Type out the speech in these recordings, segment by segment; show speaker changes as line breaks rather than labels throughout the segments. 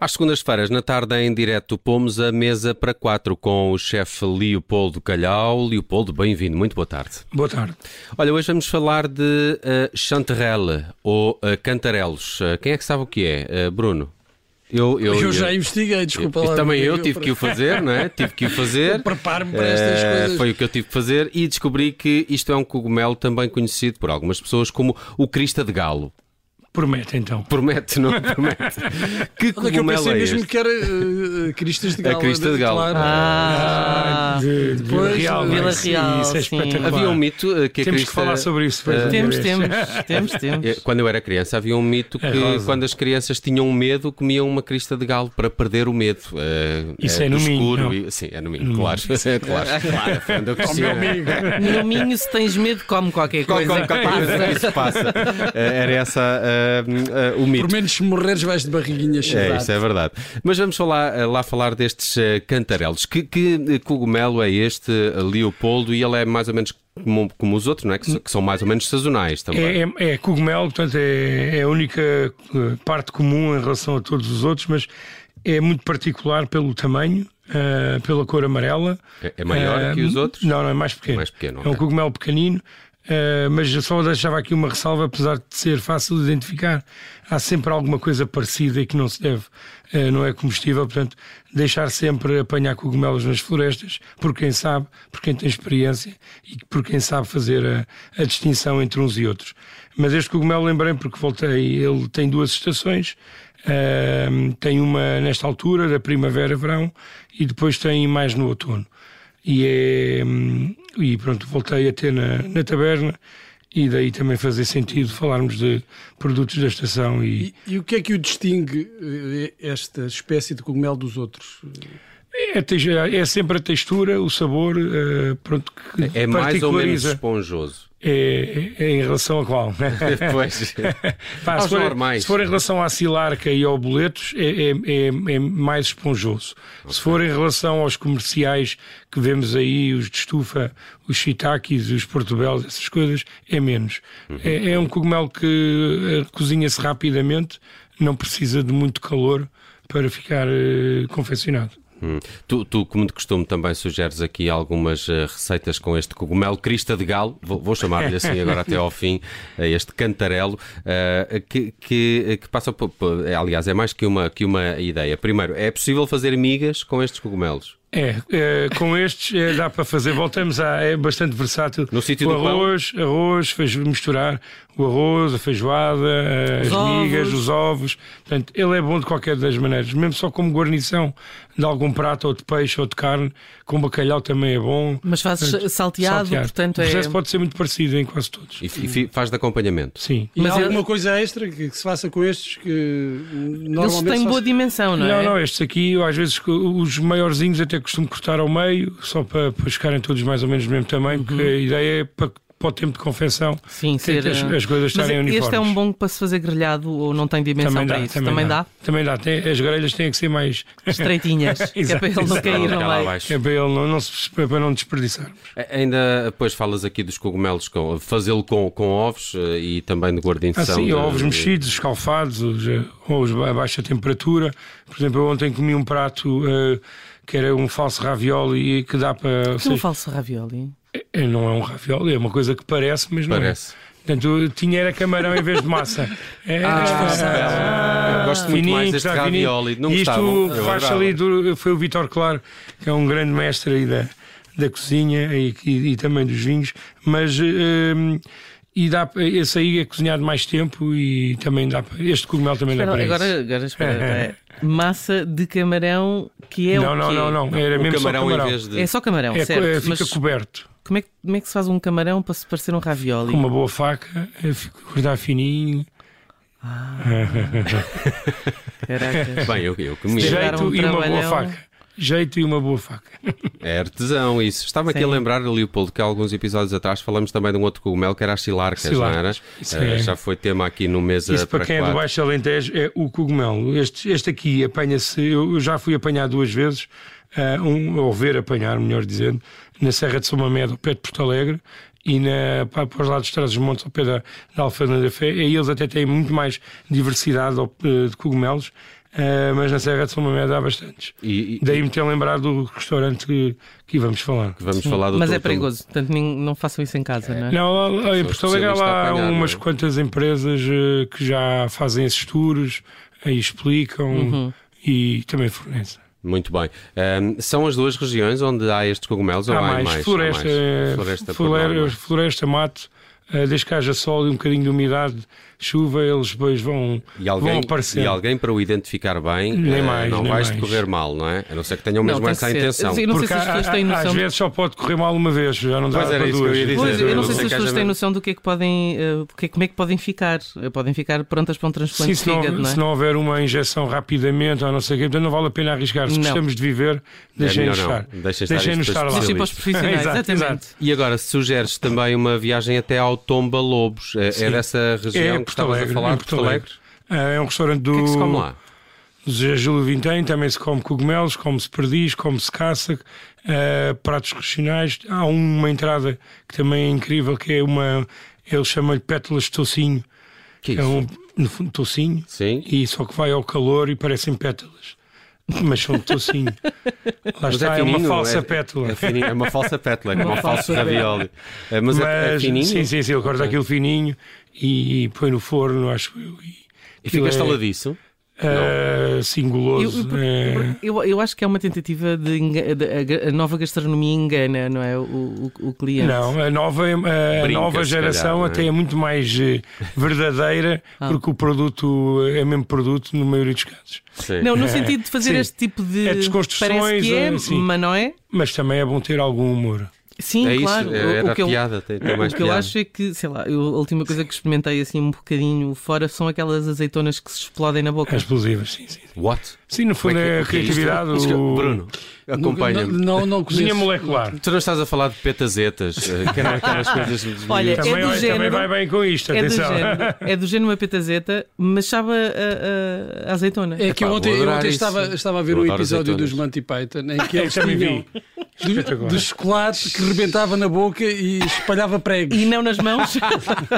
Às segundas-feiras, na tarde, em direto, pomos a mesa para quatro com o chefe Leopoldo Calhau. Leopoldo, bem-vindo, muito boa tarde.
Boa tarde.
Olha, hoje vamos falar de uh, chanterelle ou uh, cantarelos. Uh, quem é que sabe o que é? Uh, Bruno?
Eu, eu, eu, já investiguei, desculpa
eu,
lá.
Também eu tive que o fazer, não é? Tive que o fazer.
Eu preparo-me para estas
Eh,
coisas.
Foi o que eu tive que fazer e descobri que isto é um cogumelo também conhecido por algumas pessoas como o crista de galo.
Promete então.
Promete, não promete? Que
Olha que eu
cogumelo
pensei
é
mesmo
este?
que era eh, Cristas de
A
Gala.
Crista de Gala.
Claro. eh,
Ah,
de, de Vila
Pois,
Real. não é?
Vila
Sim,
Real,
Isso é
sim.
espetacular.
Havia um mito eh, que a
Temos que
crista-
falar sobre isso. É- depois outra
é- temos,
vez.
temos, temos, temos.
Eh, Quando eu era criança havia um mito que
É rosa.
quando as crianças tinham medo comiam uma crista de galo para perder o medo. Eh,
Isso
eh,
é no Minho,
escuro.
não?
e- Sim, é no mínimo, claro. É claro. claro. foi onde eu cresci, não é?
No Minho, se tens medo, come qualquer
Qual-
coisa.
é.
qual- qual-
que passa.
Isso passa. Eh, Era essa eh, eh, o mito.
Por menos se morreres vais de barriguinha
É,
cheia.
isso é verdade. Mas vamos falar, eh, lá falar destes eh, cantarelos. Que, que, eh, cogumelo é este, eh, Leopoldo? E ele é mais ou menos como, como os outros, não é? Que, so- que são mais ou menos sazonais também.
Hum. É, é- é cogumelo, portanto, é, é a única eh, parte comum em relação a todos os outros, mas é muito particular pelo tamanho, ah, pela cor amarela.
É- é maior
Ah,
que os outros?
Não, não, é mais pequeno.
Mais pequeno,
é um
ok.
cogumelo pequenino. ah, mas eu só deixava aqui uma ressalva, apesar de ser fácil de identificar, há sempre alguma coisa parecida e que não se deve, ah, não é comestível, portanto, deixar sempre apanhar cogumelos nas florestas, por quem sabe, por quem tem experiência e por quem sabe fazer a, a distinção entre uns e outros. Mas este cogumelo, lembrei porque voltei, ele tem duas estações, ah, tem uma nesta altura, da primavera, verão, e depois tem mais no outono e, é, hum, e pronto, voltei a ter na, na taberna e daí também fazer sentido falarmos de produtos da estação e
E, e o que é que o distingue eh, esta espécie de cogumelo dos outros?
é, a tex- é sempre a textura, o sabor, eh, pronto, que
É mais ou menos
particulariza.
esponjoso.
É, é em relação a qual? né?
Pois.
Pá,
Aos
se, for,
normais.
se for em relação à Silarca e ao Boletos, é, é- é- é mais esponjoso. Se for em relação aos comerciais que vemos aí, os de estufa, os shiitakes, os portobelos, essas coisas, é menos. É, é um cogumelo que eh, cozinha-se rapidamente, não precisa de muito calor para ficar eh, confeccionado.
Hum. Tu, tu, como de costume, também sugeres aqui algumas eh, receitas com este cogumelo crista de galo, vou, vou chamar-lhe assim agora até ao fim, eh, este cantarelo, eh, que, que, que passa por, por- é, aliás, é mais que uma, que uma ideia. Primeiro, é possível fazer migas com estes cogumelos?
É, eh, com estes eh, dá para fazer. Voltamos a. É bastante versátil.
No sítio
o
do pão?
arroz, arroz, fez misturar o arroz, a feijoada, eh, as
Os
migas,
ovos.
os ovos. Portanto, ele é bom de qualquer das maneiras. Mesmo só como guarnição de algum prato, ou de peixe, ou de carne, com bacalhau também é bom.
Mas fazes salteado, portanto
O
é.
processo pode ser muito parecido em quase todos.
E, fi- fi- faz de acompanhamento.
Sim.
E
Mas
há
ele-
alguma coisa extra que, que se faça com estes que hum,
Eles
normalmente
têm
só
boa
se-
dimensão, não é?
Não, estes aqui, eu às vezes co- os maiorzinhos até costumo cortar ao meio, só para, para ficarem todos mais ou menos do mesmo tamanho,
Uhum.
porque a ideia é para, para o tempo de confecção
Sim,
ter
ser. eh,
que as, as coisas
Mas
estarem uniformes.
este é um bom para se fazer grelhado ou não tem dimensão
também
para
dá,
isso? Também dá?
Também dá. Tem- as grelhas têm que ser mais.
Estreitinhas. que é
Exato,
para ele não
exato.
cair
Fica
no
lá
meio.
abaixo.
É para, ele não, não se- para não desperdiçar.
A- Ainda depois falas aqui dos cogumelos, com- fazê-lo com, com ovos eh, e também de guarnição.
Ah, sim,
de-
ovos
de-
mexidos, escalfados, os, eh, ou os a baixa temperatura. Por exemplo, eu ontem comi um prato eh, que era um falso ravioli que dá para. ou
Que um
seja,
falso ravioli.
é- não é um ravioli, é uma coisa que parece, mas não é.
Parece.
Portanto, tinha era camarão em vez de massa. É,
Eu gosto muito mais deste
já fininho.
ravioli. Não
E
gostavam?
isto
Eu
faz
adorava.
ali, do- foi o Vitor Claro, que é um grande mestre aí da, da cozinha e, e- e também dos vinhos, mas hum, e dá, pa- esse aí é cozinhado mais tempo e também dá pa- este cogumelo também dá para
Espera,
isso.
agora, agora espera. é Massa de camarão que é
não,
o
não,
quê?
não, não, era
o
mesmo
camarão,
só camarão.
em vez de.
É só camarão,
É co-
certo.
é, fica
Mas
coberto
como é, que, como é que se faz um camarão para se parecer um ravioli?
com uma boa faca, é, fica cortar fininho,
Caraca.
Bem, eu, eu comia.
Deve dar
jeito
um
e uma boa
trabalhão.
faca. Jeito e uma boa faca.
É artesão, isso. Estava aqui
Sim.
a lembrar, Leopoldo, que há alguns episódios atrás falamos também de um outro cogumelo que era as silarcas,
Silarcas,
não
isso
era?
é.
Eh, Já foi tema aqui no mesa
Isso para quem é do
eh, quatro.
Baixo Alentejo é o cogumelo. Este, este aqui apanha-se, eu eu já fui apanhar duas vezes, ah, um, ou ver apanhar, melhor dizendo, na Serra de São Mamed, ao pé de Porto Alegre, e na, para, para os lados de trás dos montes, ao pé da, da Alfândega da Fé. E eles até têm muito mais diversidade ao- eh, de cogumelos. eh, mas na Serra de São Mamed há bastantes.
E, e-
Daí me ter lembrado do restaurante que, que vamos falar.
que vamos falar do
Mas
teu-
é perigoso, portanto nin- não façam isso em casa, não é?
Não, lá- lá em
São
Porto Alegre há
especialistas a
lá
apanhar,
umas
não é?
quantas empresas eh, que já fazem esses tours eh, e explicam
Uhum.
e também fornecem.
Muito bem. Ahm, são as duas regiões onde há estes cogumelos ou
Há
há
mais,
mais? Há
floresta,
mais.
eh,
Floresta, por
flore-
norma.
floresta, mato, eh, desde que haja sol e um bocadinho de umidade, chuva, eles depois vão,
E alguém,
vão aparecer.
e alguém para o identificar bem,
Nem
eh,
mais,
não
nem
vais
mais.
decorrer mal, não é? A não ser que tenham
Não,
mesmo
tem
essa
que ser.
intenção.
Eu não sei
Porque
se as
há-
pessoas têm
há-
noção.
Às vezes só pode correr mal uma vez, já não dá
Pois era
para
isso que
duas.
eu ia dizer.
Pois, eu não sei
Não
se
sei
as
que
pessoas
haja
têm
mesmo.
noção do que é que podem, eh, do que é- como é que podem ficar. Eh, Podem ficar prontas para um transplante
Sim,
de
se não,
fígado, não é?
se não houver uma injeção rapidamente ou não sei o quê, portanto não vale a pena arriscar. Se
Não.
gostamos de viver, deixem-nos
É melhor não.
estar.
Deixem estar
Deixem-nos
isto
estar lá.
para
Deixem para os profissionais,
Exato,
exatamente.
E agora, sugeres também uma viagem até ao Tomba Lobos. É, é
Sim.
dessa região
É
que
Porto
estavas
Alegre.
a falar?
em Porto Alegre. Ah, É um restaurante do
O que é que se come lá?
José Júlio Vintém, também se come cogumelos, come-se perdiz, come-se caça, ah, pratos regionais. Há uma entrada que também é incrível, que é uma. Eles chamam-lhe pétalas de tocinho.
Que
É
isso?
um, no fundo, tocinho.
Sim.
E só que vai ao calor e parecem pétalas. Mas são de tocinho. Lá
Mas
está, é,
fininho,
uma falsa pétala.
É, fininho, é uma falsa pétala, é como um falso ravioli. É, Mas, é, é
Mas,
fininho? Ah.
sim, sim, sim, ele corta aquilo fininho e, e põe no forno, acho eu. E,
E fica
aquilo é,
estaladiço?
ah, sim,
Eu,
goloso. é.
eu, eu acho que é uma tentativa de, enga- de- a ga- a, nova gastronomia engana, não é? O, o, o cliente.
Não, a nova, a
Brinca,
nova
se
geração
calhar, não é?
até é muito mais eh, verdadeira,
Ah.
porque o produto é o mesmo produto, na maioria dos casos.
Sim.
Não, no sentido de fazer
Sim.
este tipo de.
É desconstruções,
Parece que é,
é, sim.
mas não é?
Mas também é bom ter algum humor.
Sim,
é isso,
claro.
é-
o,
era
o que eu,
piada, tem, tem mais
o que eu
piada.
acho é que, sei lá, eu- a última coisa que experimentei assim um bocadinho fora são aquelas azeitonas que se explodem na boca.
É explosivo, sim, sim. sim.
What?
Sim, no fundo
Como
é a
o que isto?
criatividade.
Isto que-
o-
Bruno, acompanha-me.
Não, não, não
Cozinha
conheço.
É
molecular.
Tu não estás a falar de petazetas, eh, que eram aquelas coisas dos
Olha,
miúdos.
É
Também,
do
também
género.
vai bem com isto,
É do
atenção.
género, é do género uma petazeta, mas sabe a, a- a azeitona.
É que eu
Epá,
ontem,
vou
eu
adorar
ontem
isso.
estava, estava a ver
Eu
um
adoro
episódio
azeitonas.
dos Monty Python em que eles
Também
tinham
vi.
do,
Espetacular.
do chocolate que rebentava na boca e espalhava pregos.
E não nas mãos.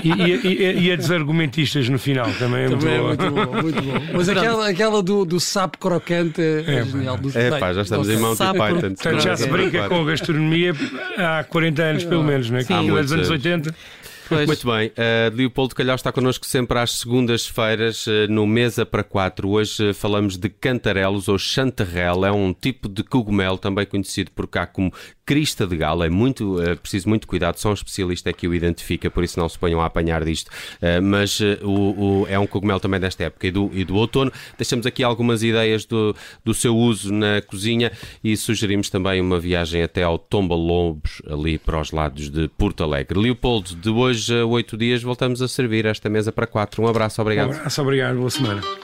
E, e, e- e a dos argumentistas no final também é muito
Também é
boa.
muito bom, muito bom. Mas aquela, aquela do, do sapo crocante é,
É,
genial. Do,
É pá, já estamos em Monty
Sabe por-
Python. é assim?
Portanto, já se brinca com a gastronomia há 40 anos, pelo menos, não é? Que
Há
aquilo é
muitos
dos anos
anos.
80.
Pois.
Muito bem, eh, Leopoldo Calhau está connosco sempre às segundas-feiras eh, no Mesa para Quatro. Hoje eh, falamos de cantarelos ou chanterelle, é um tipo de cogumelo também conhecido por cá como crista de galo. É muito, eh, preciso muito cuidado, só um especialista é que o identifica, por isso não se ponham a apanhar disto. Eh, mas eh, o- o- é um cogumelo também desta época e do, e do outono. Deixamos aqui algumas ideias do, do seu uso na cozinha e sugerimos também uma viagem até ao Tomba Lobos, ali para os lados de Porto Alegre. Leopoldo, de hoje a oito dias voltamos a servir esta mesa para quatro. Um abraço,
Um
obrigado.
abraço, obrigado, boa semana.